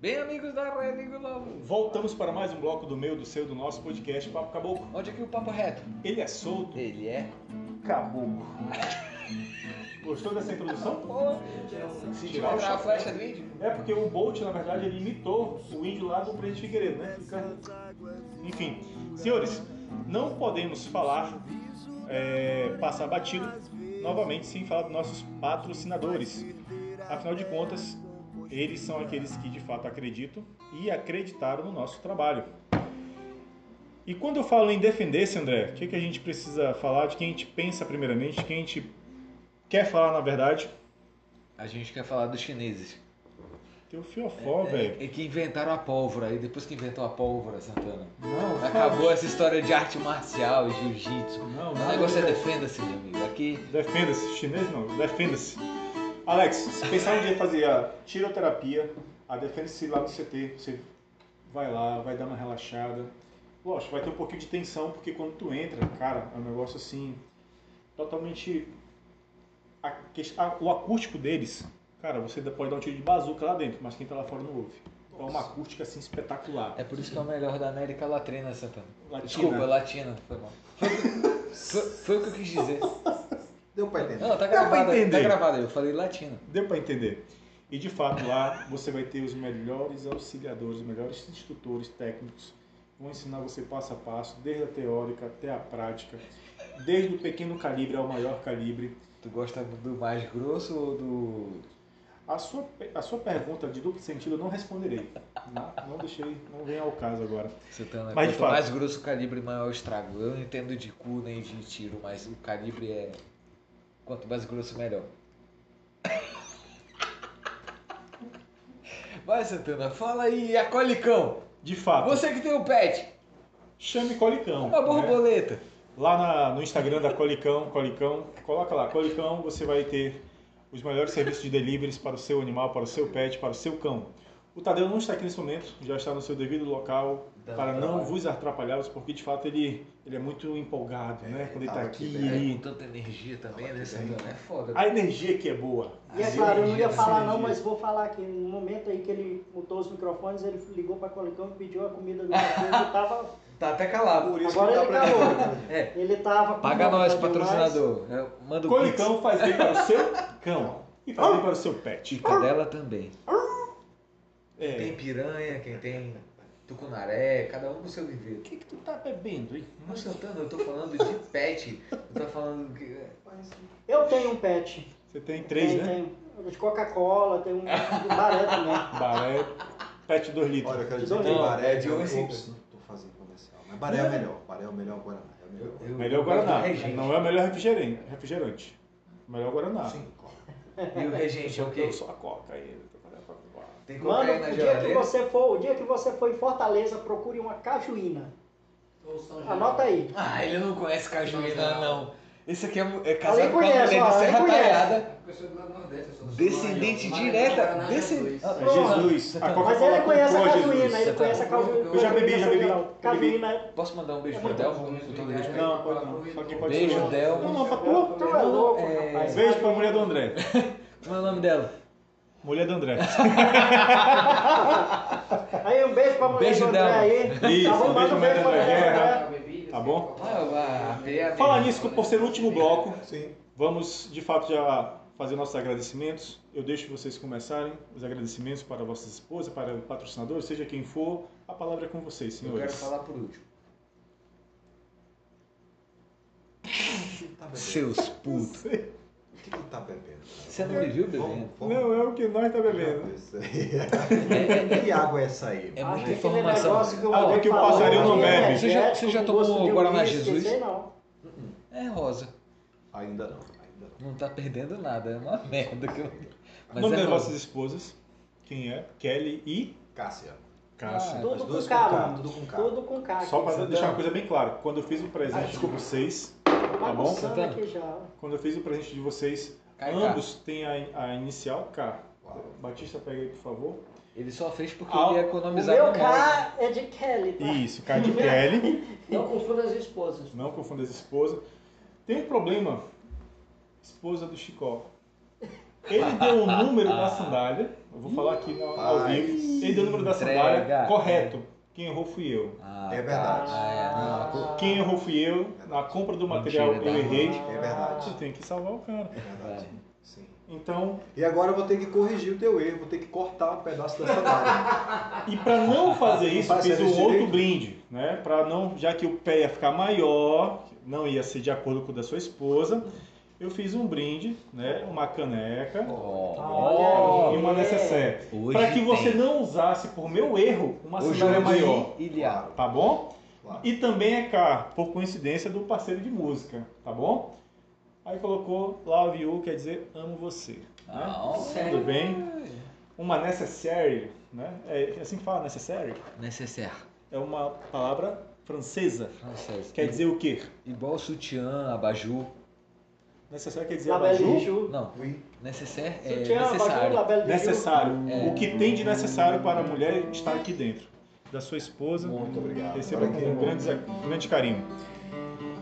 Bem, amigos da Rede Globo, Voltamos para mais um bloco do meu, do seu, do nosso podcast Papo Caboclo. onde é que o papo reto? Ele é solto. Ele é. Caboclo. Gostou dessa introdução? Se tirar Tirar o a chapéu. flecha do índio? É porque o Bolt, na verdade, ele imitou o índio lá do Presidente Figueiredo, né? Fica- Enfim, senhores, não podemos falar, é, passar batido novamente sem falar dos nossos patrocinadores. Afinal de contas, eles são aqueles que de fato acreditam e acreditaram no nosso trabalho. E quando eu falo em defender-se, André, o que, que a gente precisa falar, de quem a gente pensa primeiramente, de quem a gente quer falar na verdade? A gente quer falar dos chineses. Teu fiofó, velho. É que inventaram a pólvora, e depois que inventou a pólvora, Santana, Não, acabou essa história de arte marcial e jiu-jitsu. Não, O negócio é defenda-se, meu amigo. Aqui, Defenda-se, chinês não, defenda-se. Alex, se pensar um dia em fazer a tiroterapia, a defenda-se lá no CT, você vai lá, vai dar uma relaxada. Lógico, vai ter um pouquinho de tensão, porque quando tu entra, cara, é um negócio assim, totalmente... a ques- a- o acústico deles, cara, você pode dar um tiro de bazuca lá dentro, mas quem tá lá fora não ouve. É uma acústica assim espetacular. é por isso que é o melhor da América Latina, Santana. Latina. Desculpa, Latina, foi mal. Foi, foi o que eu quis dizer. Deu pra entender. Não, tá pra gravado, aí, tá entender. gravado, aí, eu falei latino. Deu para entender. E de fato lá você vai ter os melhores auxiliadores, os melhores instrutores técnicos. Vão ensinar você passo a passo, desde a teórica até a prática, desde o pequeno calibre ao maior calibre. Tu gosta do mais grosso ou do. A sua, pe- a sua pergunta de duplo sentido eu não responderei. Não, não deixei, não vem ao caso agora. Santana, Mas, de quanto fato. um mais grosso o calibre, maior é o estrago. Eu não entendo de cu nem de tiro, mas o calibre é. Quanto mais grosso, melhor. Vai, Santana, fala aí, acolicão. De fato, Você Tá que tem o pet, chame Colicão. uma né? borboleta. Lá na- no Instagram da Colicão, Colicão, coloca lá, Colicão, você vai ter os melhores serviços de deliveries para o seu animal, para o seu pet, para o seu cão. O Tadeu não está aqui nesse momento, já está no seu devido local, Dando para não trabalho. vos atrapalhar, porque de fato ele, ele é muito empolgado, É, né? Quando ele ele está tava aqui. aqui, É, ele- com tanta energia também, né, Aqui Santana? É foda. A energia que é boa. E é A claro, eu não energia, ia essa falar não, energia. mas vou falar aqui. No momento aí que ele mutou os microfones, ele ligou pra Colicão e pediu a comida do Matheus e tava... Tá até calado. Por isso Agora que não ele dá pra acabou. entender. É, Ele tava... com paga vontade nós, demais. patrocinador. É, Manda o pix. Colicão faz bem para o seu cão e faz bem para o seu E pet. cadela também. Quem É. tem piranha, quem tem tucunaré, cada um no seu viver. O que, que tu tá bebendo, hein? Mas Santana, eu tô falando de pet. Eu tô falando que. Eu tenho um pet. Você tem três, Tem- né? tem De Coca-Cola, tem um né? do Baré também. Baré, é pet 2 litros. Olha, eu quero Te dizer dou que um. Baré É de eu um e não cinco. estou fazendo comercial. Mas Baré é o melhor. Baré é o melhor Guaraná. É o melhor. Eu- Melhor eu Guaraná. gosto do regente. Não é o melhor refrigerante. refrigerante. Melhor Guaraná. Sim, claro. E o regente é o quê? Eu sou a Coca aí. eu tô com a Coca-Cola. Tem Mano, cocaína na o dia, que geladeira. você for, o dia que você for em Fortaleza, procure uma cajuína. Anota aí. Ah, ele não conhece cajuína, não. Esse aqui é, mu- é Alguém casado com a conhece, mulher ó, da alguém Serra conhece. Talhada. Pessoa do lado nordeste, eu sou do sul Descendente maranhão. direta. Maranhão, Descendente. Guaranás, Ah, Pronto. Jesus. A Coca-Cola Mas ele conhece a comprou cajuína, tá Jesus. Um ele conhece a cajuína. Eu já bebi, cajuína já bebi, geral. já bebi. Cajuína é... Posso mandar um beijo pro Delmo? Com todo respeito. Não, pode não. Só quem pode Beijo, ser eu. Delmo. Não, não, pra tu. Tu é louco, É, rapaz. Beijo pra mulher do André. Como é o nome dela? Mulher do André. Aí um beijo pra mulher Beijo do André dela. aí. Isso, tá bom? um Manda beijo um beijo pra pra mulher do Guerra. André. a bebida, Tá bom? assim, Ah, a- a P é a Falar mesma, nisso, que né? por ser o último bloco, Sim. vamos de fato já fazer nossos agradecimentos. Eu deixo vocês começarem os agradecimentos para vossas esposas, para o patrocinador, seja quem for. A palavra é com vocês, Eu quero senhores. falar por último. Tá bebendo. Seus putos. O que que tá bebendo? Você não me viu bebendo? Vamos- vamos- Não, é o que nós tá bebendo. Isso aí. Que água é essa aí? É Acho muita que aquele informação. negócio que o Ah, Rodrigo é que o falou, passarinho não que é bebe. Você já- você já com gosto tomou de Guaraná uísque, Jesus? sei não. É rosa. Ainda não. Ainda não. Não tá perdendo nada, é uma merda que eu. O Mas nome é das rosa. vossas esposas, quem é? Kelly e Cássio. Cássia. Ah, As Tudo duas com com K, K, mano. tudo com K. Tudo com Tá K. Só para Santana. deixar uma coisa bem clara, quando eu fiz o presente de vocês, Tá bom, Santana? aqui já. quando eu fiz o presente de vocês, Cai cá. ambos têm a, a inicial K. Batista, pega aí, por favor. Ele só fez porque Ah, ele ia O economizar meu no molde. K é de Kelly, tá? Isso, K de Kelly, Não confunda as esposas. não confunda as esposas. Tem um problema, esposa do Chicó. Ele deu o número da sandália, Eu vou falar aqui no- ao Rapaz. vivo. Ele deu o número da Entrega. sandália correto. Quem errou fui eu. Ah, É tá. verdade. Ah, é, não, co- Quem errou fui eu. Na compra do material Mentira, eu dá. errei. É verdade. Você tem que salvar o cara. É verdade. Sim. Então, E agora eu vou ter que corrigir o teu erro, vou ter que cortar um pedaço da sandália. e para não fazer isso, Faz fiz um serviço outro direito? brinde, né? Para não, já que o pé ia ficar maior, não ia ser de acordo com o da sua esposa, eu fiz um brinde, né? Uma caneca Ó, e Olha uma aí. necessaire, hoje para que você tem. não usasse por meu erro uma Hoje é sandália eu maior. vi Ilha. tá bom? Claro. E também é K, por coincidência, do parceiro de música, tá bom? Aí colocou Love You, quer dizer amo você. Né? Não, Tudo bem? Uma necessary, né? É assim que fala, necessary? Necessaire. É uma palavra francesa. Francês. Quer dizer o quê? Igual sutiã, abajur. Necessário quer dizer La Belle abajur? Bijou. Não, Ui, necessaire é Sutiã, abajur, La necessário. Belle Bijou. Necessário. É. O que tem de necessário para a mulher estar aqui dentro. Da sua esposa. Muito obrigado. Receba Olha que com bom. grande, grande carinho.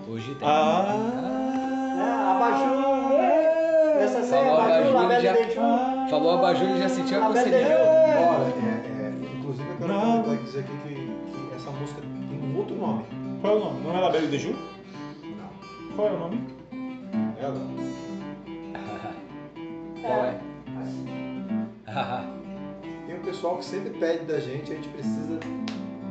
Hoje tem. Ah, É, abajur, é. Necessaire, Falou abajur, La abajur, Belle já- Bijou. Falou abajur e já sentiu Ah, La a Belle coceirinha. Bijou. Olha, é, é, inclusive eu quero Não. aproveitar e dizer aqui que, que essa música tem um outro nome. Qual é o nome? Não é Labelle de Ju? Não, Qual é o nome? ela não. Qual é? Tem um pessoal que sempre pede da gente, a gente precisa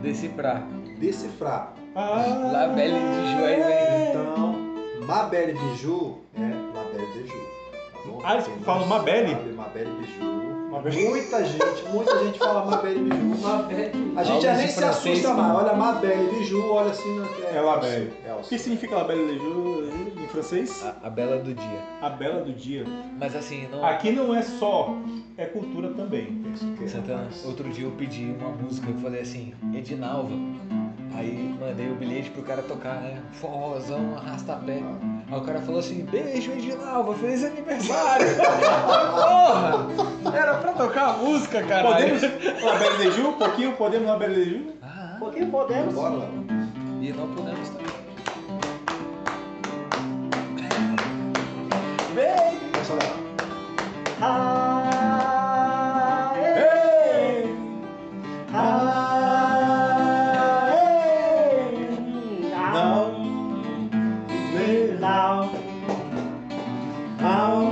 Decifrar. decifrar. Ah, La Belle de Ju, aí É. vem. Então, Mabelle Biju é Mabelle de Ju. Tá bom? Ah, eles Quem não falam Mabelle? sabe, Mabelle Biju. Uma vez- Muita gente, muita gente fala Mabelle Biju. A gente já Algo de nem se francês, assusta né? mais. Olha Mabelle Biju, olha assim. né? É Labelle. É, O que significa La Belle de Ju em francês? A, a bela do dia. A Bela do Dia. Mas assim, não. Aqui não é só, é cultura também. Santana, outro dia eu pedi uma música, eu falei assim, Edinalva. Aí mandei o bilhete pro cara tocar, né? Forrozão, arrasta-pé. Aí o cara falou assim, beijo Edinalva, feliz aniversário! Porra! Era pra tocar a música, caralho! Podemos La Belle de Ju? Um pouquinho? Podemos La Belle de Ju? Ah, Por que É, um podemos? Bora lá. e não pudemos também. Começa lá. Ah, é. Now, live now. Now,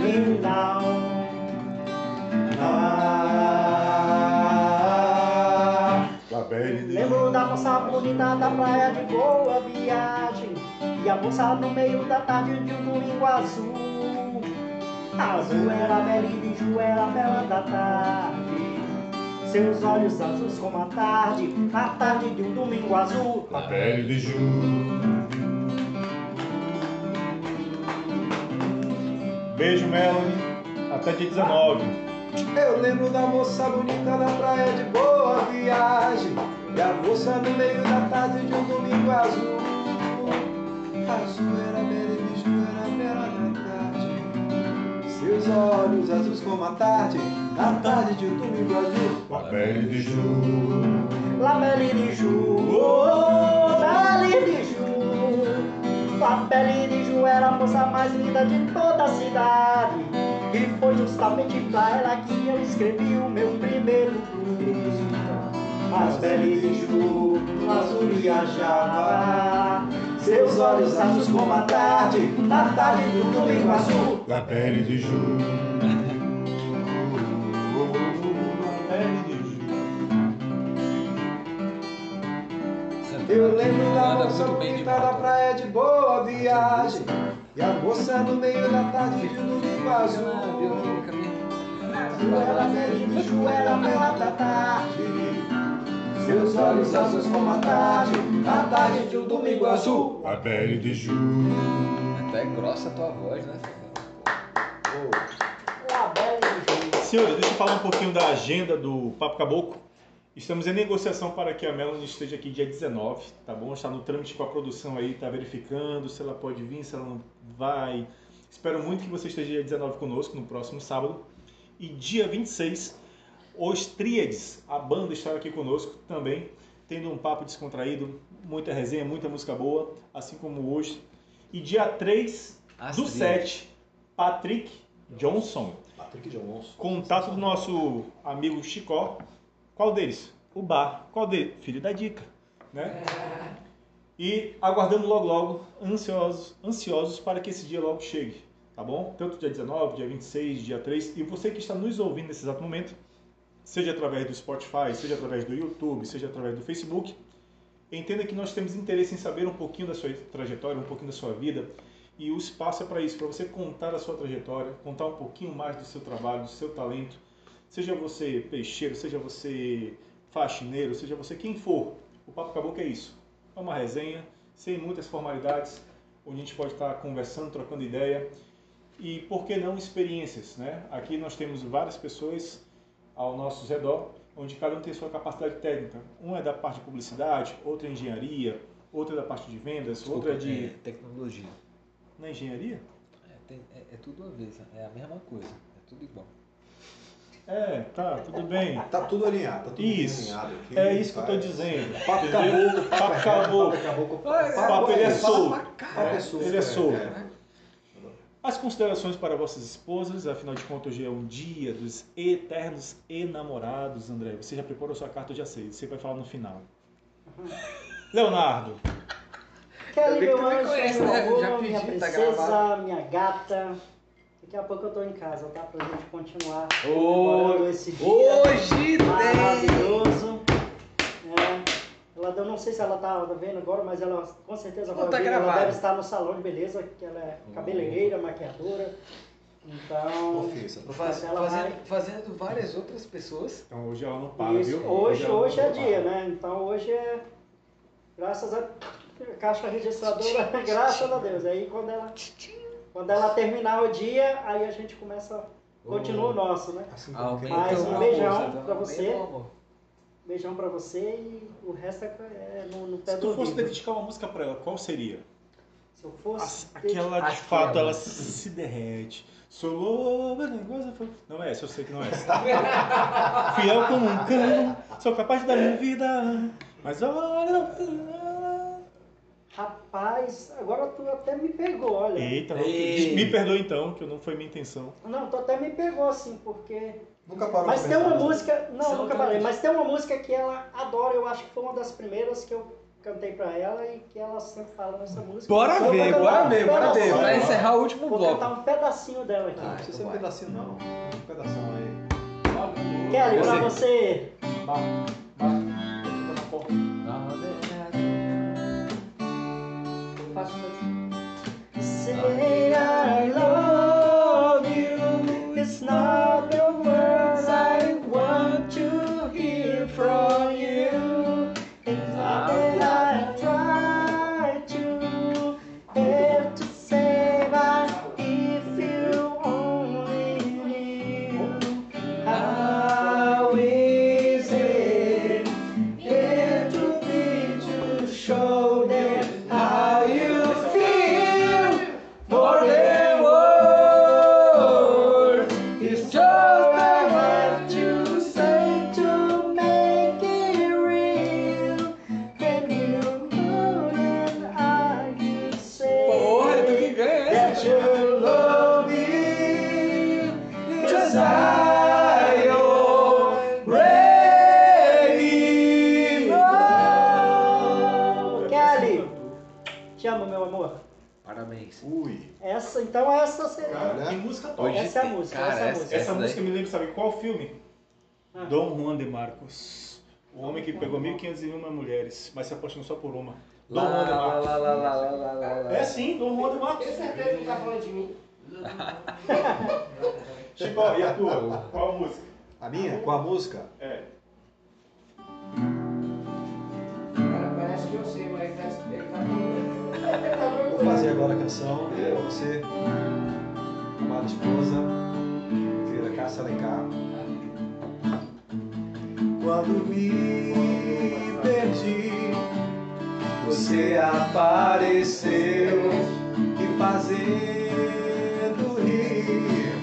live now. Ah, Lembro da moça bonita da praia de boa viagem E a moça no meio da tarde de um domingo azul Azul era bela e biju era bela da tarde Seus olhos azuis como a tarde A tarde de um domingo azul La Belle de Ju. Beijo, Melanie. Até dia 19. Eu lembro da moça bonita da praia de boa viagem E a moça no meio da tarde de um domingo azul Azul era bela e bicho era bela da tarde Seus olhos azuis como a tarde Na tarde de um domingo azul La Belle de Ju. La belle de Ju oh, Belle de Ju La belle de Ju era a moça mais linda de toda a cidade E foi justamente pra ela que eu escrevi o meu primeiro blues Mas belle de Ju, azul viajava Seus olhos azuis como a tarde Na tarde do domingo azul La Belle de Ju. La Belle de Ju. Santana, Eu lembro da nada moça muito bem de bonita da moto. praia de boa viagem E a moça no meio da tarde de um domingo Ah, azul Juela Belini, Juela Bela da tarde Seus olhos azuis como a tarde, a tarde de um domingo azul. La Belle de Ju. Até é grossa a tua voz, né? Santana? La belle de Ju Senhores, deixa eu falar um pouquinho da agenda do Papo Caboclo. Estamos em negociação para que a Melanie esteja aqui dia 19, tá bom? Está no trâmite com a produção aí, tá verificando se ela pode vir, se ela não vai. Espero muito que você esteja dia 19 conosco no próximo sábado. E dia 26, os Tríades, a banda estará aqui conosco também, tendo um papo descontraído, muita resenha, muita música boa, assim como hoje. E dia 3, do Astrid. 7, Patrick Johnson. Patrick de Alonso. Contato do nosso amigo Chicó. Qual deles? O bar. Qual deles? Filho da dica, né? E aguardando logo logo, ansiosos, ansiosos para que esse dia logo chegue, tá bom? Tanto dia 19, dia 26, dia 3. E você que está nos ouvindo nesse exato momento, seja através do Spotify, seja através do YouTube, seja através do Facebook, entenda que nós temos interesse em saber um pouquinho da sua trajetória, um pouquinho da sua vida, e o espaço é para isso, para você contar a sua trajetória, contar um pouquinho mais do seu trabalho, do seu talento. Seja você peixeiro, seja você faxineiro, seja você quem for, o Papo Caboclo é isso. É uma resenha, sem muitas formalidades, onde a gente pode estar conversando, trocando ideia e, por que não, experiências, né? Aqui nós temos várias pessoas ao nosso redor, onde cada um tem sua capacidade técnica. Um é da parte de publicidade, outro é engenharia, outro é da parte de vendas, outro é de... é tecnologia. Na engenharia? É, tem- é- é tudo a vez, é a mesma coisa, é tudo igual. É, tá, tudo bem. Tá tudo alinhado, tá tudo Isso. alinhado aqui. É isso que eu tô Vai. dizendo. Papo entendeu? acabou, Papo acabou. acabou. Papo ele é solto. Papo é solto. Ele é é, solto. é. As considerações para vossas esposas, afinal de contas hoje é um dia dos eternos enamorados, André. Você já preparou sua carta, eu já sei. Você vai falar no final. Leonardo, Kelly, bem que meu tu me anjo, conhece, meu né? amor, Já pedi, minha tá princesa, gravado. minha gata. Daqui a pouco eu tô em casa, tá? Pra gente continuar Ô, comemorando esse dia Hoje tem! maravilhoso. É. Ela, eu não sei se ela tá vendo agora, mas ela com certeza vai Não, tá ouvir. Ela gravado. deve estar no salão de beleza, que ela é cabeleireira, maquiadora. Então, Confiança. Faz- ela vai... Fazendo, fazendo várias outras pessoas. então hoje ela não para, Isso, viu? hoje, ela não hoje é para. dia, né? Então hoje é. Graças a caixa registradora, graças a Deus. Aí quando ela, quando ela terminar o dia, aí a gente começa. Continua o nosso, né? Assim como quem- Aumenta Mais o um amor, beijão Santana, aumenta pra você. o amor. Beijão pra você e o resto é- é no, no pé Se do tu fosse ouvido. dedicar uma música pra ela, qual seria? Se eu fosse. As- Aquela de Aquela. fato, ela se derrete. Sou louva, negócio foi. Não é essa, eu sei que não é essa. Fiel como um cão, sou capaz de dar minha vida, mas olha. Rapaz, agora tu até me pegou, olha. é. Eita, Ei. me perdoe então, que eu não foi minha intenção. Não, tu até me pegou assim, porque. Nunca parou Mas pra tem uma pensar. música, não, São nunca tantas. falei, mas tem uma música que ela adora, eu acho que foi uma das primeiras que eu cantei pra ela e que ela sempre fala nessa música. Eu Bora vou ver, cantar bora um ver, bora ver. Ah, pedacinho, Pra ó. encerrar o último Vou bloco. cantar um pedacinho dela aqui. Ah, Não então precisa ser um Vai. pedacinho, não. Um pedacinho aí. Kelly, pra Você. você. Eu faço isso. Say I love you, it's not the words I want to hear from you. It's not that I try to have to say, but if you only knew how easy it would be to show them how you feel. For the world is just a What you say to make it real When you hold and I you Porra, tu say que ganha That essa? you love me Desire Ready! Kelly, te amo meu amor Parabéns. Ui. Essa, então essa seria Que Cara, música top. Hoje Essa é a tem- música, cara, essa é a música. Essa, daí- música me lembra, sabe qual filme? Ah. Dom Juan de Marcos. O homem que pegou 1501 mulheres, mas se apaixonou só por uma. Dom Lá, Juan de lá, Marcos. lá, lá, lá, lá, lá, lá, lá. É sim, Dom Juan de Marcos. Tenho certeza que tá falando de mim. Chico, e a tua? Qual a música? a minha, com a música. É. Cara, parece que eu sei, mas tá- ele tá falando. Vou fazer agora a canção pra você, amada esposa, querida Cássia Alencar. Quando me perdi, você apareceu e fazendo rir.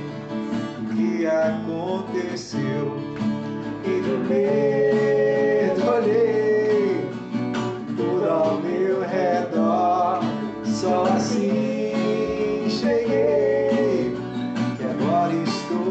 O que aconteceu? E do medo olhei tudo ao meu redor. Só assim cheguei, que agora estou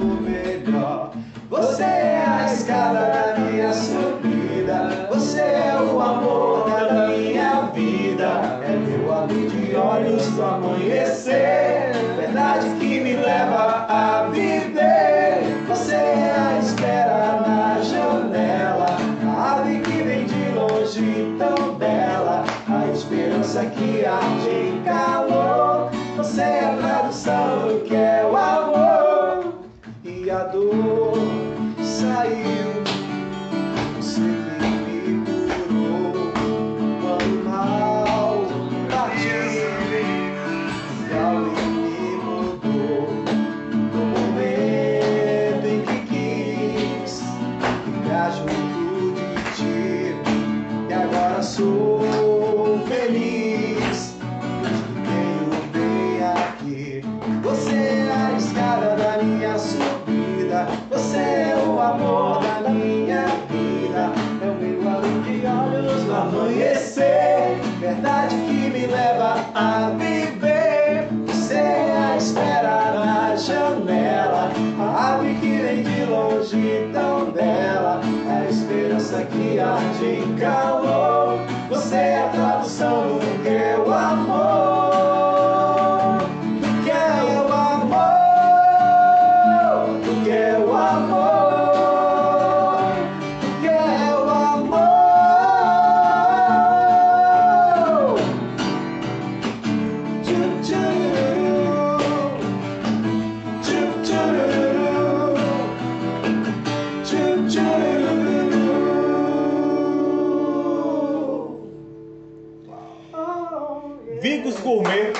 é escada da minha subida. Você é o amor da minha vida. É meu abrir de olhos no amanhecer. Verdade que me leva a viver. Você é a espera na janela. A ave que vem de longe tão bela. A esperança que arde em calor. Você é a tradução do que é o amor. E a dor saiu. Você me curou quando o mal partiu. E ao me mudou no momento em que quis ficar junto de ti. E agora sou feliz. Veio bem aqui. Você é a escada da minha subida. Você é o amor da minha vida. É o meu além de olhos no amanhecer. Verdade que me leva a viver. Você é a espera na janela. A ave que vem de longe tão bela. A esperança que arde em calor. Você é a tradução do meu amor. Do que é o amor? Do que é o amor? Do que é o amor? Tchu, tchu, tchu, tchu, tchu, tchu. Vigos Gourmet.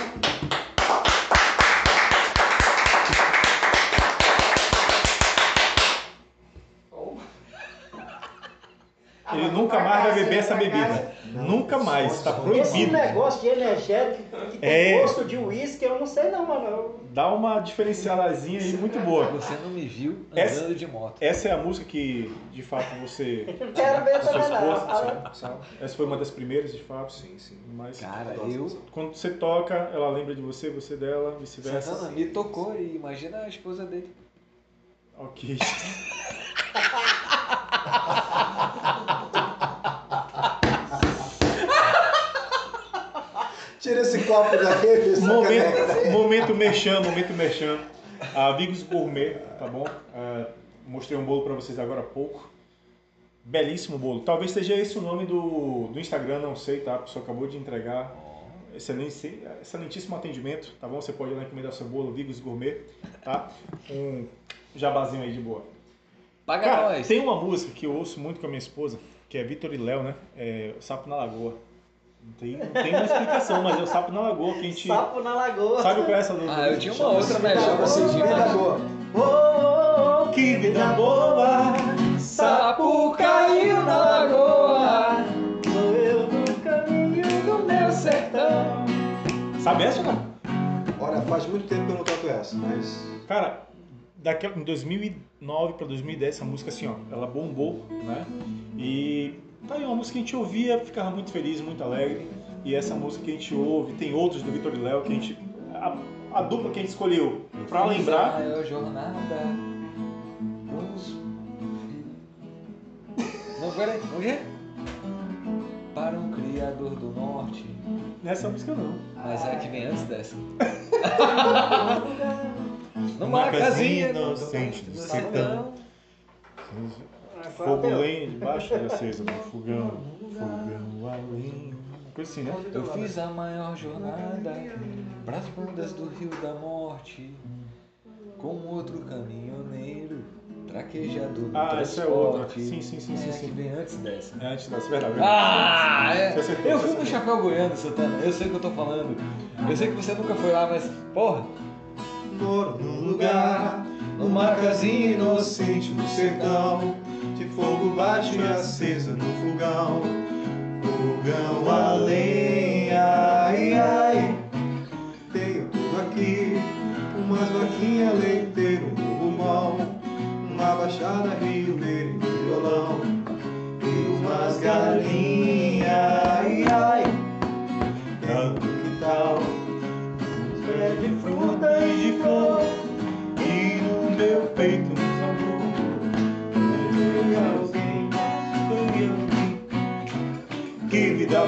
Ele nunca mais vai beber essa bebida. Nunca mais. Tá Esse proibido. negócio de energético que tem É. gosto de uísque, eu não sei não, mano. Eu- Dá uma diferenciadazinha aí muito boa. Você não me viu Essa- andando de moto. Essa é a música que, de fato, você... Eu quero ver a sua também não. esposa, sim. Essa foi uma das primeiras, de fato. Sim, sim. Mas Cara, eu. quando você toca, ela lembra de você, você dela, Santana vice-versa. me tocou e imagina a esposa dele. Ok. Tira esse copo daí, essa caneca. Momento, momento merchan, momento merchan. A Vigos Gourmet, tá bom? Ah, mostrei um bolo pra vocês agora há pouco. Belíssimo bolo. Talvez seja esse o nome do, do Instagram, não sei, tá? A pessoa acabou de entregar. Excelente, excelentíssimo atendimento, tá bom? Você pode ir lá encomendar seu bolo, Vigos Gourmet, tá? Um jabazinho aí de boa. Paga Cara, nós. tem uma música que eu ouço muito com a minha esposa, que é Vitor e Léo, né? É Sapo na Lagoa. Não tem, não tem uma explicação, mas é o Sapo na Lagoa que a gente... Sapo na lagoa. Sabe qual é essa do... Ah, eu tinha uma chama- outra, né? Chama-se de Vida boa. Oh, oh, oh, Que vida boa, Sapo caiu na lagoa, sou eu no caminho do meu sertão. Sabe essa, não? Olha, faz muito tempo que eu não canto essa, mas. Cara, daquela, em 2009 pra 2010, essa música assim, ó, ela bombou, né? E tá aí uma música que a gente ouvia, ficava muito feliz, muito alegre. E essa música que a gente ouve, tem outros do Vitor e Léo que a gente... A, a dupla que a gente escolheu pra Fiz lembrar... A maior jornada. Vamos. Não, peraí. O quê? Para um criador do norte. Nessa música não. Mas é a que vem antes dessa. Numa Numa casinha casinha inocente do sertão. Qual é Fogo o teu? lenha debaixo de acesa do fogão. Fogão além. Coisa assim, né? Eu fiz a maior jornada pras bandas do Rio da Morte. Com outro caminhoneiro, traquejador do Ah, transporte. essa é outra. Sim, sim, sim, sim, É a sim. que vem antes dessa. É antes dessa, verdade. verdade. Ah, é. Você acertou, Eu você fui no acertou. Chapéu Goiano, Santana. Eu sei o que eu tô falando. Eu sei que você nunca foi lá, mas, porra, Moro num lugar, numa casinha inocente no sertão, de fogo baixo e acesa no fogão. Fogão a lenha, ai, ai, tenho tudo aqui, umas vaquinhas, leiteiro, um rumão, uma baixada, rio, e violão, e umas galinhas, ai, ai, tenho que tal pé de fruta e de flor E no meu peito um tambor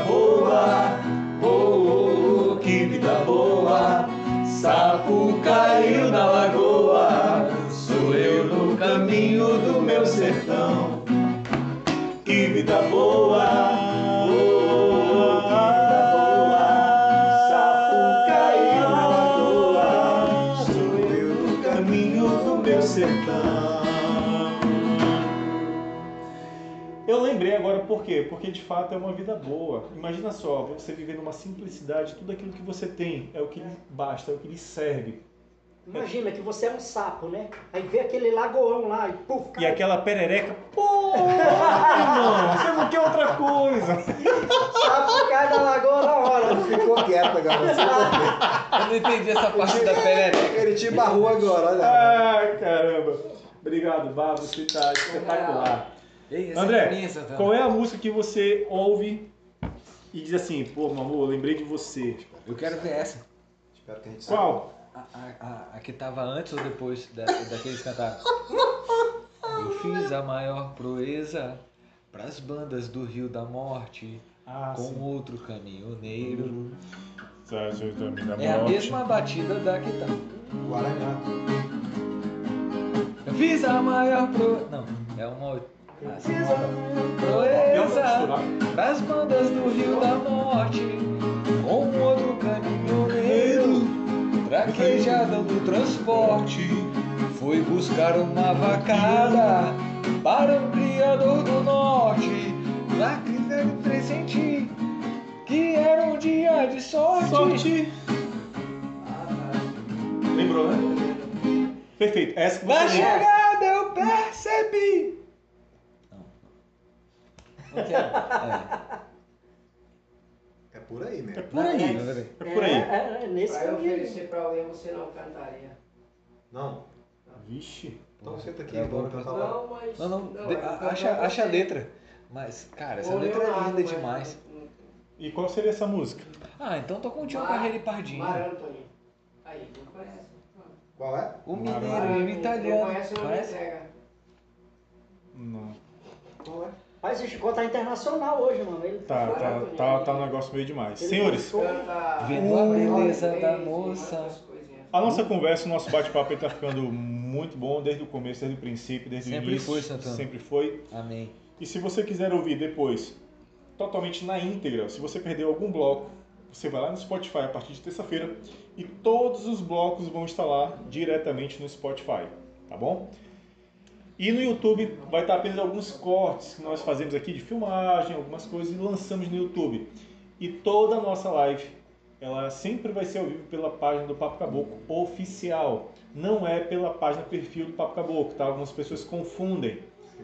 boa, oh, oh, que vida boa. Sapo caiu na lagoa, sou eu no caminho do meu sertão. Que vida boa, oh, oh, oh, que vida boa. Sapo caiu na lagoa, sou eu no caminho do meu sertão. Eu lembrei agora por quê? Porque de fato é uma vida boa. Imagina só, você viver numa simplicidade, tudo aquilo que você tem é o que lhe basta, é o que lhe serve. Imagina que você é um sapo, né? Aí vê aquele lagoão lá e puf, E cai. aquela perereca, pô, irmão, você não quer outra coisa. sapo cai da lagoa na hora. Ficou quieto agora. ficou quieto. Eu não entendi essa parte da perereca. Ele te barrou agora, olha. Ai, caramba. Obrigado, Babo, você tá espetacular. Ei, essa André, é minha, Santana. Qual é a música que você ouve e diz assim, pô, meu amor, eu lembrei de você? Eu quero ver essa. Espero que a gente Qual? A, a- a- a que tava antes ou depois da, daqueles cantaram? Eu fiz a maior proeza pras bandas do Rio da Morte Ah, com outro caminhoneiro. Tá, sim. É a mesma batida da que tá. saiba. Guaraná. Eu fiz a maior proeza. Não, é uma. outra. Ah, sim. Eu vou Proeza. misturar. Nas bandas do Rio da Morte, com um outro caminhoneiro, traquejadão do transporte, foi buscar uma vacada para um criador do norte, na crise de presenti que era um dia de sorte. Sorte. Lembrou, né? Perfeito. Essa que Na você lembra. chegada eu percebi. Não, não. Não quero. É, É por aí É mesmo. por aí. É por aí. É, é, nesse Pra caminho. oferecer pra alguém, você não cantaria. Não. Vixe. Então senta aqui, Tá bom, vamos tá cantar lá. Não, mas. Não, não, de- é a- cantar acha, pra acha a você. letra. Mas, cara, essa Ou letra é Leonardo, linda mas- demais. um E qual seria essa música? Ah, então tô com o Tio Mar- Carreira e Pardinho. Mar Anthony. Aí, não conhece. Não. Qual é? O Mar- mineiro e o Não italiano. conhece, não me Parece? entrega. Não. Qual é? Mas o Chico tá internacional hoje, mano. Ele Tá, tá, tá, tá um negócio meio demais. ele Senhores, lançou- Canta. Vendo a beleza Olha, da três, moça. outras coisinhas. a nossa conversa, o nosso bate-papo ele tá ficando muito bom desde o começo, desde o princípio, desde Sempre o início. foi, Santana. Sempre foi. Amém. E se você quiser ouvir depois, totalmente na íntegra, se você perdeu algum bloco, você vai lá no Spotify a partir de terça-feira e todos os blocos vão estar lá diretamente no Spotify, tá bom? E no YouTube vai estar apenas alguns cortes que nós fazemos aqui de filmagem, algumas coisas e lançamos no YouTube. E toda a nossa live, ela sempre vai ser ao vivo pela página do Papo Caboclo oficial. Não é pela página perfil do Papo Caboclo, tá? Algumas pessoas confundem.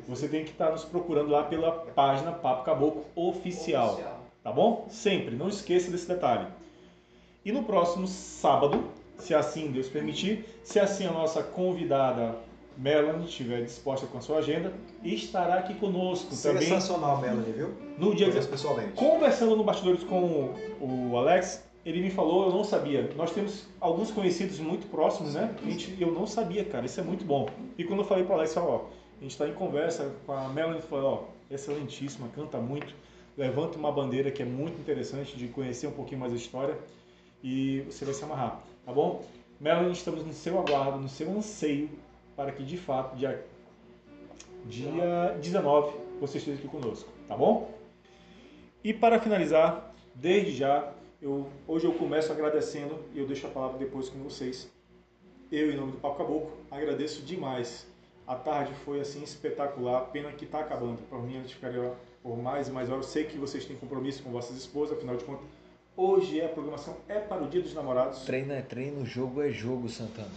Você tem que estar nos procurando lá pela página Papo Caboclo Oficial, tá bom? Sempre, não esqueça desse detalhe. E no próximo sábado, se assim Deus permitir, se assim a nossa convidada Melanie estiver disposta com a sua agenda, estará aqui conosco também Sensacional, Melanie, viu? no dia Conheço pessoalmente. Conversando no bastidores com o Alex, ele me falou, eu não sabia. Nós temos alguns conhecidos muito próximos, né? A gente, eu não sabia, cara, isso é muito bom. E quando eu falei pro Alex, ó, a gente tá em conversa com a Melanie, falou, ó, excelentíssima, canta muito, levanta uma bandeira que é muito interessante de conhecer um pouquinho mais a história e você vai se amarrar, tá bom? Melanie, estamos no seu aguardo, no seu anseio para que de fato dia, dia 19 você esteja aqui conosco, tá bom? E para finalizar, desde já, eu, hoje eu começo agradecendo e eu deixo a palavra depois com vocês. Eu, em nome do Papo Caboclo, agradeço demais. A tarde foi assim espetacular, pena que está acabando. Para mim, a gente ficaria por mais e mais horas. Eu sei que vocês têm compromisso com vossas esposas, afinal de contas, hoje é a programação é para o Dia dos Namorados. Treino é treino, jogo é jogo, Santana.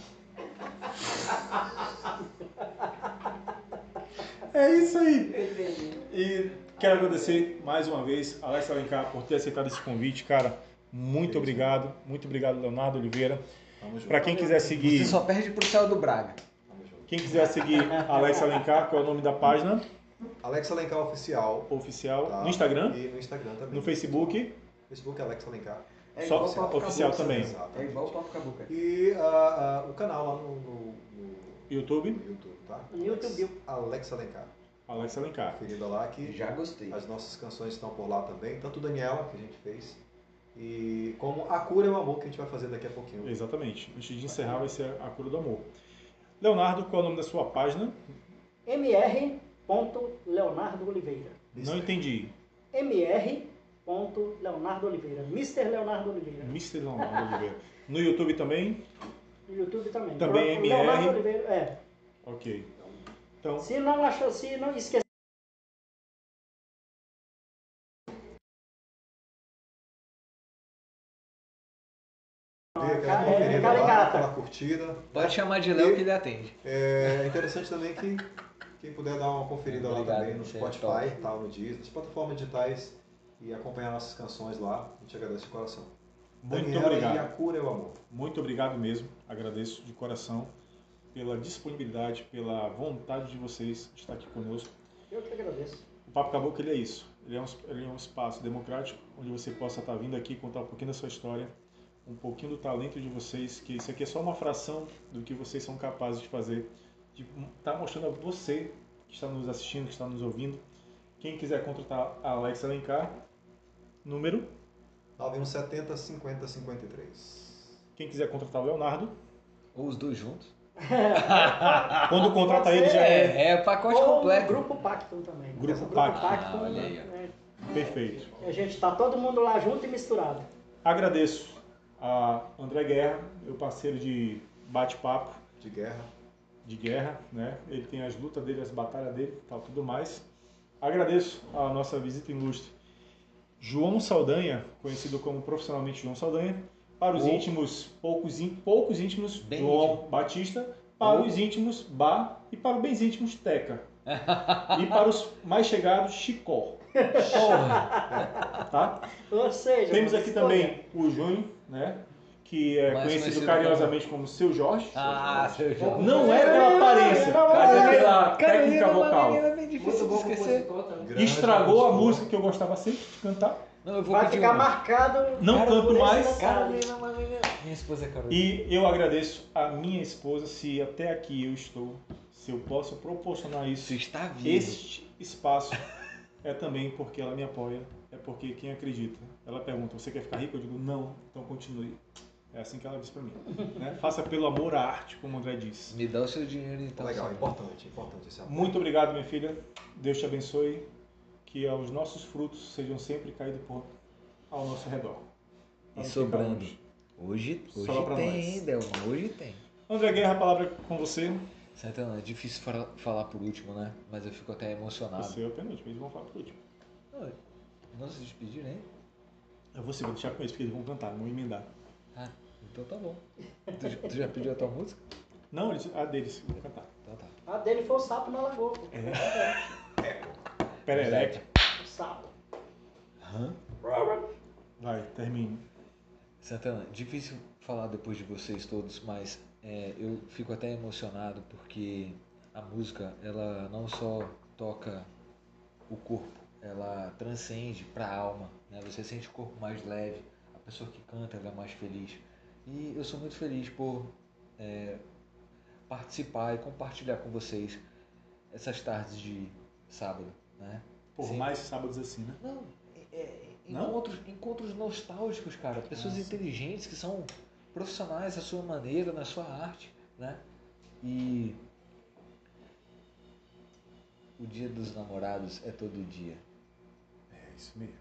É isso aí! Eu entendi. E quero agradecer mais uma vez a Alex Alencar por ter aceitado esse convite, cara. Muito obrigado, muito obrigado, Leonardo Oliveira. Vamos junto. Para quem quiser Você seguir. só perde pro céu do Braga. Vamos junto. Quem quiser seguir Alex Alencar, qual é o nome da página Alex Alencar Oficial. oficial? tá? No Instagram, E no Instagram também. no Facebook. Facebook, Alex Alencar. É Só igual o Papo oficial Caboclo, também. Santana. É igual o Papo Caboclo. E ah, ah, o canal lá no, no- no- YouTube. no YouTube, tá? No YouTube. Alex Alencar. Alex Alencar. Querido lá que Já gostei. as nossas canções estão por lá também, tanto Daniela, que a gente fez, e como A Cura é o Amor, que a gente vai fazer daqui a pouquinho. Exatamente. Antes de encerrar, vai ser a cura do amor. Leonardo, qual é o nome da sua página? Mr. Leonardo Oliveira. Não entendi. Mr. Leonardo Oliveira. Mr. Leonardo Oliveira. Mr. Leonardo Oliveira. No YouTube também? No YouTube também. Também Pronto, Leonardo MR. Oliveira. É. Ok. Então, Se não achou, se não esquecer. Dê aquela Cara- conferida lá, caricata. aquela curtida. Pode chamar de Léo que ele atende. É interessante também que quem puder dar uma conferida Obrigado, lá também no você é Spotify, tal, no Deezer, nas plataformas digitais e acompanhar nossas canções lá. A gente agradece de coração. muito Daniela E obrigado. a cura é o amor. Muito obrigado mesmo. Agradeço de coração pela disponibilidade, pela vontade de vocês de estar aqui conosco. Eu que agradeço. O Papo Caboclo ele é isso. Ele é, um, ele é um espaço democrático onde você possa estar vindo aqui contar um pouquinho da sua história, um pouquinho do talento de vocês, que isso aqui é só uma fração do que vocês são capazes de fazer. De estar mostrando a você que está nos assistindo, que está nos ouvindo. Quem quiser contratar a Alex Alencar, número. 9170 50 53. Quem quiser contratar o Leonardo, Ou os dois juntos. quando contrata Pode ele ser, já é É, é pacote Ou completo. Grupo Pacto também. Grupo Pacto. Pacto. Ah, olha aí, ó. né? perfeito. A gente tá todo mundo lá junto e misturado. Agradeço a André Guerra, meu parceiro de bate-papo. De guerra. de guerra, né? Ele tem as lutas dele, as batalhas dele, tal, tudo mais. Agradeço a nossa visita ilustre. João Saldanha, conhecido como profissionalmente João Saldanha, para os Ou- íntimos, poucos, ín- poucos íntimos, Bem João Batista, para Ou- os íntimos, Bá, e para os bens íntimos, Teca. e para os mais chegados, Chicó, Porra, tá? Ou seja, Temos você aqui escolhe. também o Júnior, né? Que é Mais conhecido conhecido carinhosamente como Seu Jorge. Ah, seu João. Não é pela aparência, mas é pela Cara, ele técnica era uma vocal. menina é bem difícil de Muito bom esquecer. compositor tá? também. Grande Estragou a compositor. música que eu gostava sempre de cantar. Não, eu vou Vai pedir ficar uma. marcado. Não cara, canto por esse mais. detalhe. Carolina, é uma menina. Minha esposa é Carolina. E eu agradeço a minha esposa se até aqui eu estou, se eu posso proporcionar Isso isso. está vivo. Este espaço é também porque ela me apoia, é porque quem acredita. Ela pergunta: "Você quer ficar rico?" Eu digo: "Não, então continue." É assim que ela diz pra mim, né? Faça pelo amor à arte, como o André diz. Me dá o seu dinheiro então. Legal, é só. importante, importante esse amor. Muito obrigado, minha filha. Deus te abençoe. Que os nossos frutos sejam sempre caídos por ao nosso redor. Então, E sobrando. Hoje, hoje Só pra tem, nós. hein, Delma? Hoje tem. André Guerra, a palavra é com você. Santana, é difícil fala- falar por último, né? Mas eu fico até emocionado. Você é o penúltimo, eles vão falar por último. Não se despediram, hein? Eu É vou, sim, vou deixar com eles, porque eles vão cantar, vão emendar. Ah, então tá bom. Tu, tu já pediu a tua música? Não, eles, a deles, vão cantar. Então tá. A dele foi o sapo na lagoa. pô. é. Perereca. O sapo. Tá Hã? Vai, termina. Santana, difícil falar depois de vocês todos, mas é, eu fico até emocionado porque a música ela não só toca o corpo, ela transcende para a alma. Né? Você sente o corpo mais leve, a pessoa que canta ela é mais feliz. E eu sou muito feliz por é, participar e compartilhar com vocês essas tardes de sábado, né? Por Sim. mais sábados assim, né? Não, é- é- Não? Encontros, encontros nostálgicos, cara. Pessoas Nossa. inteligentes que são profissionais à sua maneira, na sua arte, né? E o dia dos namorados é todo dia. É isso mesmo.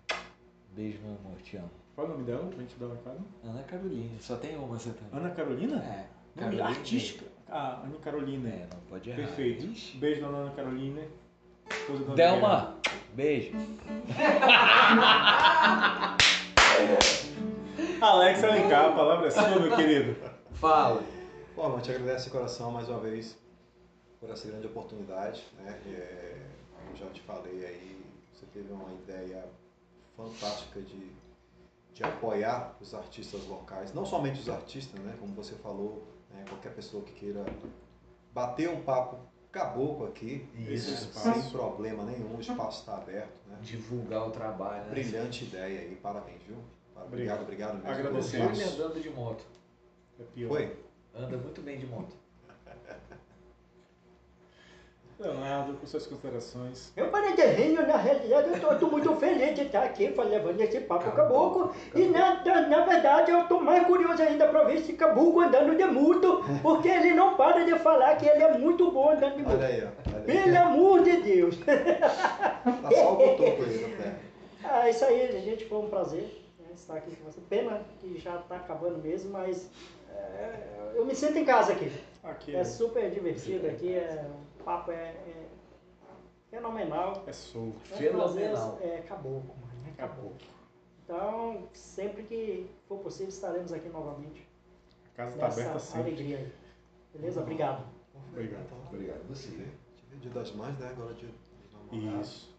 Beijo, meu amor, te amo. Qual é o nome dela pra gente dar uma cara? Ana Carolina, só tem uma você tá- também. Ana Carolina? É, Nome Carolina. artística. Ah, Ana Carolina. É, não pode errar. Perfeito. Ixi. Beijo, dona Ana Carolina. Esposa do André Guerra. Delma, beijo. Alex Alencar, a palavra é sua, meu querido. Fala. Bom, irmão, te agradeço de coração mais uma vez por essa grande oportunidade. Né? É, como já te falei aí, você teve uma ideia fantástica de, de apoiar os artistas locais, não somente os artistas, né? como você falou, né? qualquer pessoa que queira bater um papo caboclo aqui, Isso. né? sem problema nenhum, o espaço está aberto. Né? Divulgar o trabalho. Né? Brilhante ideia aí, parabéns, viu? Obrigado. Obrigado, obrigado mesmo. O Agradecemos. Júlio é Obrigado. um andando de moto. É pior. Foi? Anda muito bem de moto. Leonardo, com suas considerações. Meu paredeirinho, na realidade, eu tô, tô muito feliz de estar aqui fa- levando esse papo caboclo. E na, na, na verdade, eu tô mais curioso ainda pra ver esse caboclo andando de multo, porque ele não para de falar que ele é muito bom andando de Olha multo. aí, ó. Olha aí. Pelo amor de Deus! Tá só o topo aí no pé. Ah, isso aí, gente, foi um prazer né, estar aqui com você. Pena que já tá acabando mesmo, mas é, eu me sinto em casa aqui. Aqui É é, super divertido aqui, é, o papo é, é fenomenal. é solto. um Fenomenal. É, caboclo, mano, é caboclo. Acabou. Então, sempre que for possível, estaremos aqui novamente. A casa É tá aberta nessa sempre. alegria aí. Beleza? Obrigado. Obrigado. Obrigado a você. né? Tive dia das mães, né? Agora dia dos namorados. Isso.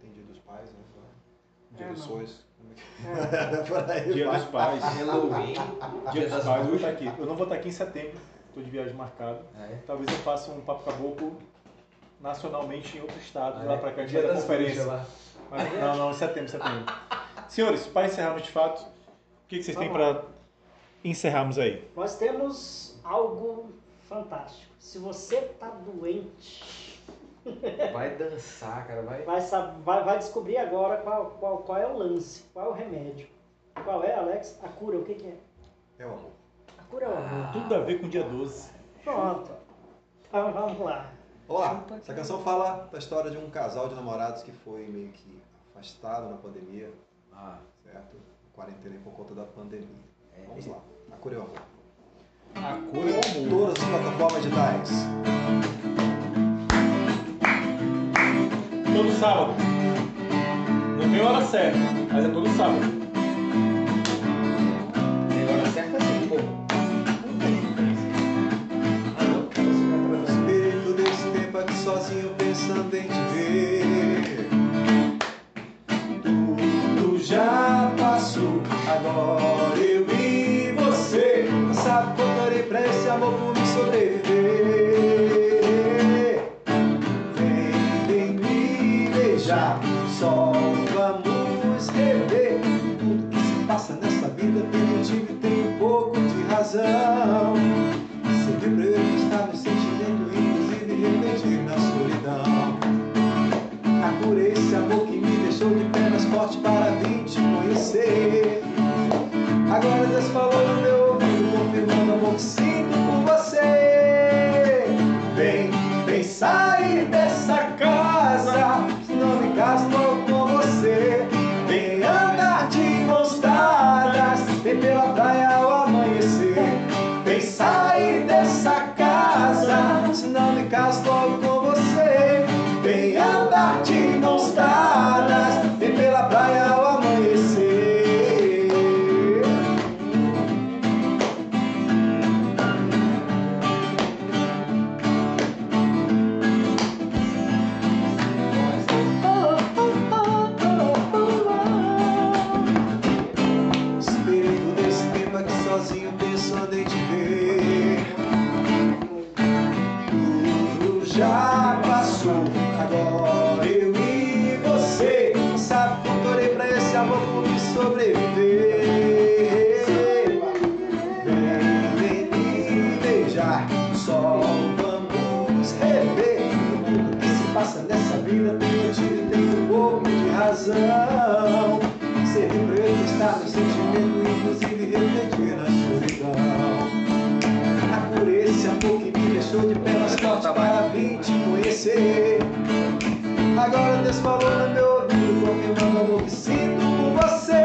Tem dia dos pais, né? Dia É, dos não. sonhos. Como é que É, é? Por aí, Dia vai. dos pais. Halloween. Dia dos das pais, eu vou Bruxas. estar aqui. Eu não vou estar aqui em setembro, estou de viagem marcada. Ah, é? Talvez eu faça um papo caboclo nacionalmente em outro estado, Ah, de lá é? pra cá, a gente Dia vai dar das conferência. Bruxas lá. Mas- não, não, em setembro, setembro. Senhores, para encerrarmos de fato, o que, que vocês têm Vamos para encerrarmos aí? Nós temos algo fantástico. Se você tá doente, Vai dançar, cara. Vai. vai, sab- vai, vai descobrir agora qual, qual, qual é o lance, qual é o remédio. Qual é, Alex? A cura, o que, que é? É o amor. A cura é o amor. Tudo a ver com o dia 12. Pronto. Então vamos lá. Olá! Essa canção fala da história de um casal de namorados que foi meio que afastado na pandemia, Ah, certo? Quarentena aí por conta da pandemia. é. Vamos lá. A cura é o amor. A cor é o amor. Todas as plataformas digitais. Todo sábado. Não tem hora certa, mas é todo sábado. Tem hora certa sim, pô. Não tem. Ah, não. Você vai O atrasar. espírito desse tempo aqui sozinho pensando em te ver. Tudo já passou, agora eu e você. Não sabe quanto orei pra esse amor por me sobreviver. Vem, vem me beijar, só vamos beber. Tudo que se passa nessa vida pelo time tem um pouco de razão. Sempre pra eu estar no sentimento, inclusive refletir na solidão. A cura é esse amor que me deixou de pernas fortes para vir te conhecer. Agora Deus falou no meu ouvido, confirmando o amor que sinto por você. Vem, vem sair dessa casa, não me caso com você. Vem andar de mãos dadas, vem pela praia ao amanhecer. Vem sair dessa casa, senão me caso logo com você. Vem andar de mãos dadas, vem pela praia ao amanhecer. Espelho desse tempo aqui sozinho pensando em te ver. Tudo já passou, agora eu e você. Sabe quanto orei pra esse amor por me sobreviver. Vem, vem me beijar, só vamos rever. Tudo que se passa nessa vida tem motivo, tem um pouco de razão. Ser preto está no sentimento, inclusive refletir é na solidão. Ah, por esse amor que me deixou de pernas fortes para vir te conhecer. Agora Deus falou no meu ouvido, confirmando o amor que sinto por você.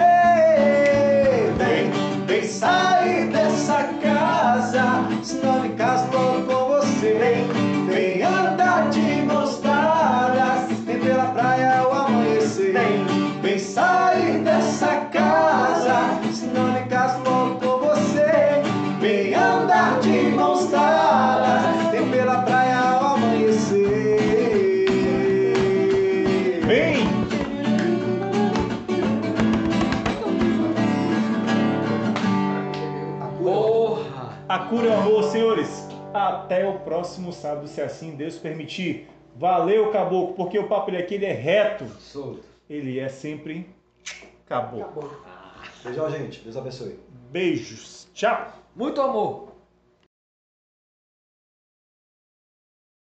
Vem, vem sair dessa casa, senão me caso logo com você. Vem, vem andar de mãos dadas, vem pela praia ao amanhecer. Vem, vem sair dessa casa, senão me caso logo com você. Vem andar de mãos dadas, vem pela praia ao amanhecer. Vem! Porra! A cura é o amor, senhores. Até o próximo sábado, se assim Deus permitir. Valeu, caboclo, porque o papo dele aqui ele é reto. Solto. Ele é sempre caboclo. Acabou. Beijão, gente. Deus abençoe. Beijos. Tchau. Muito amor.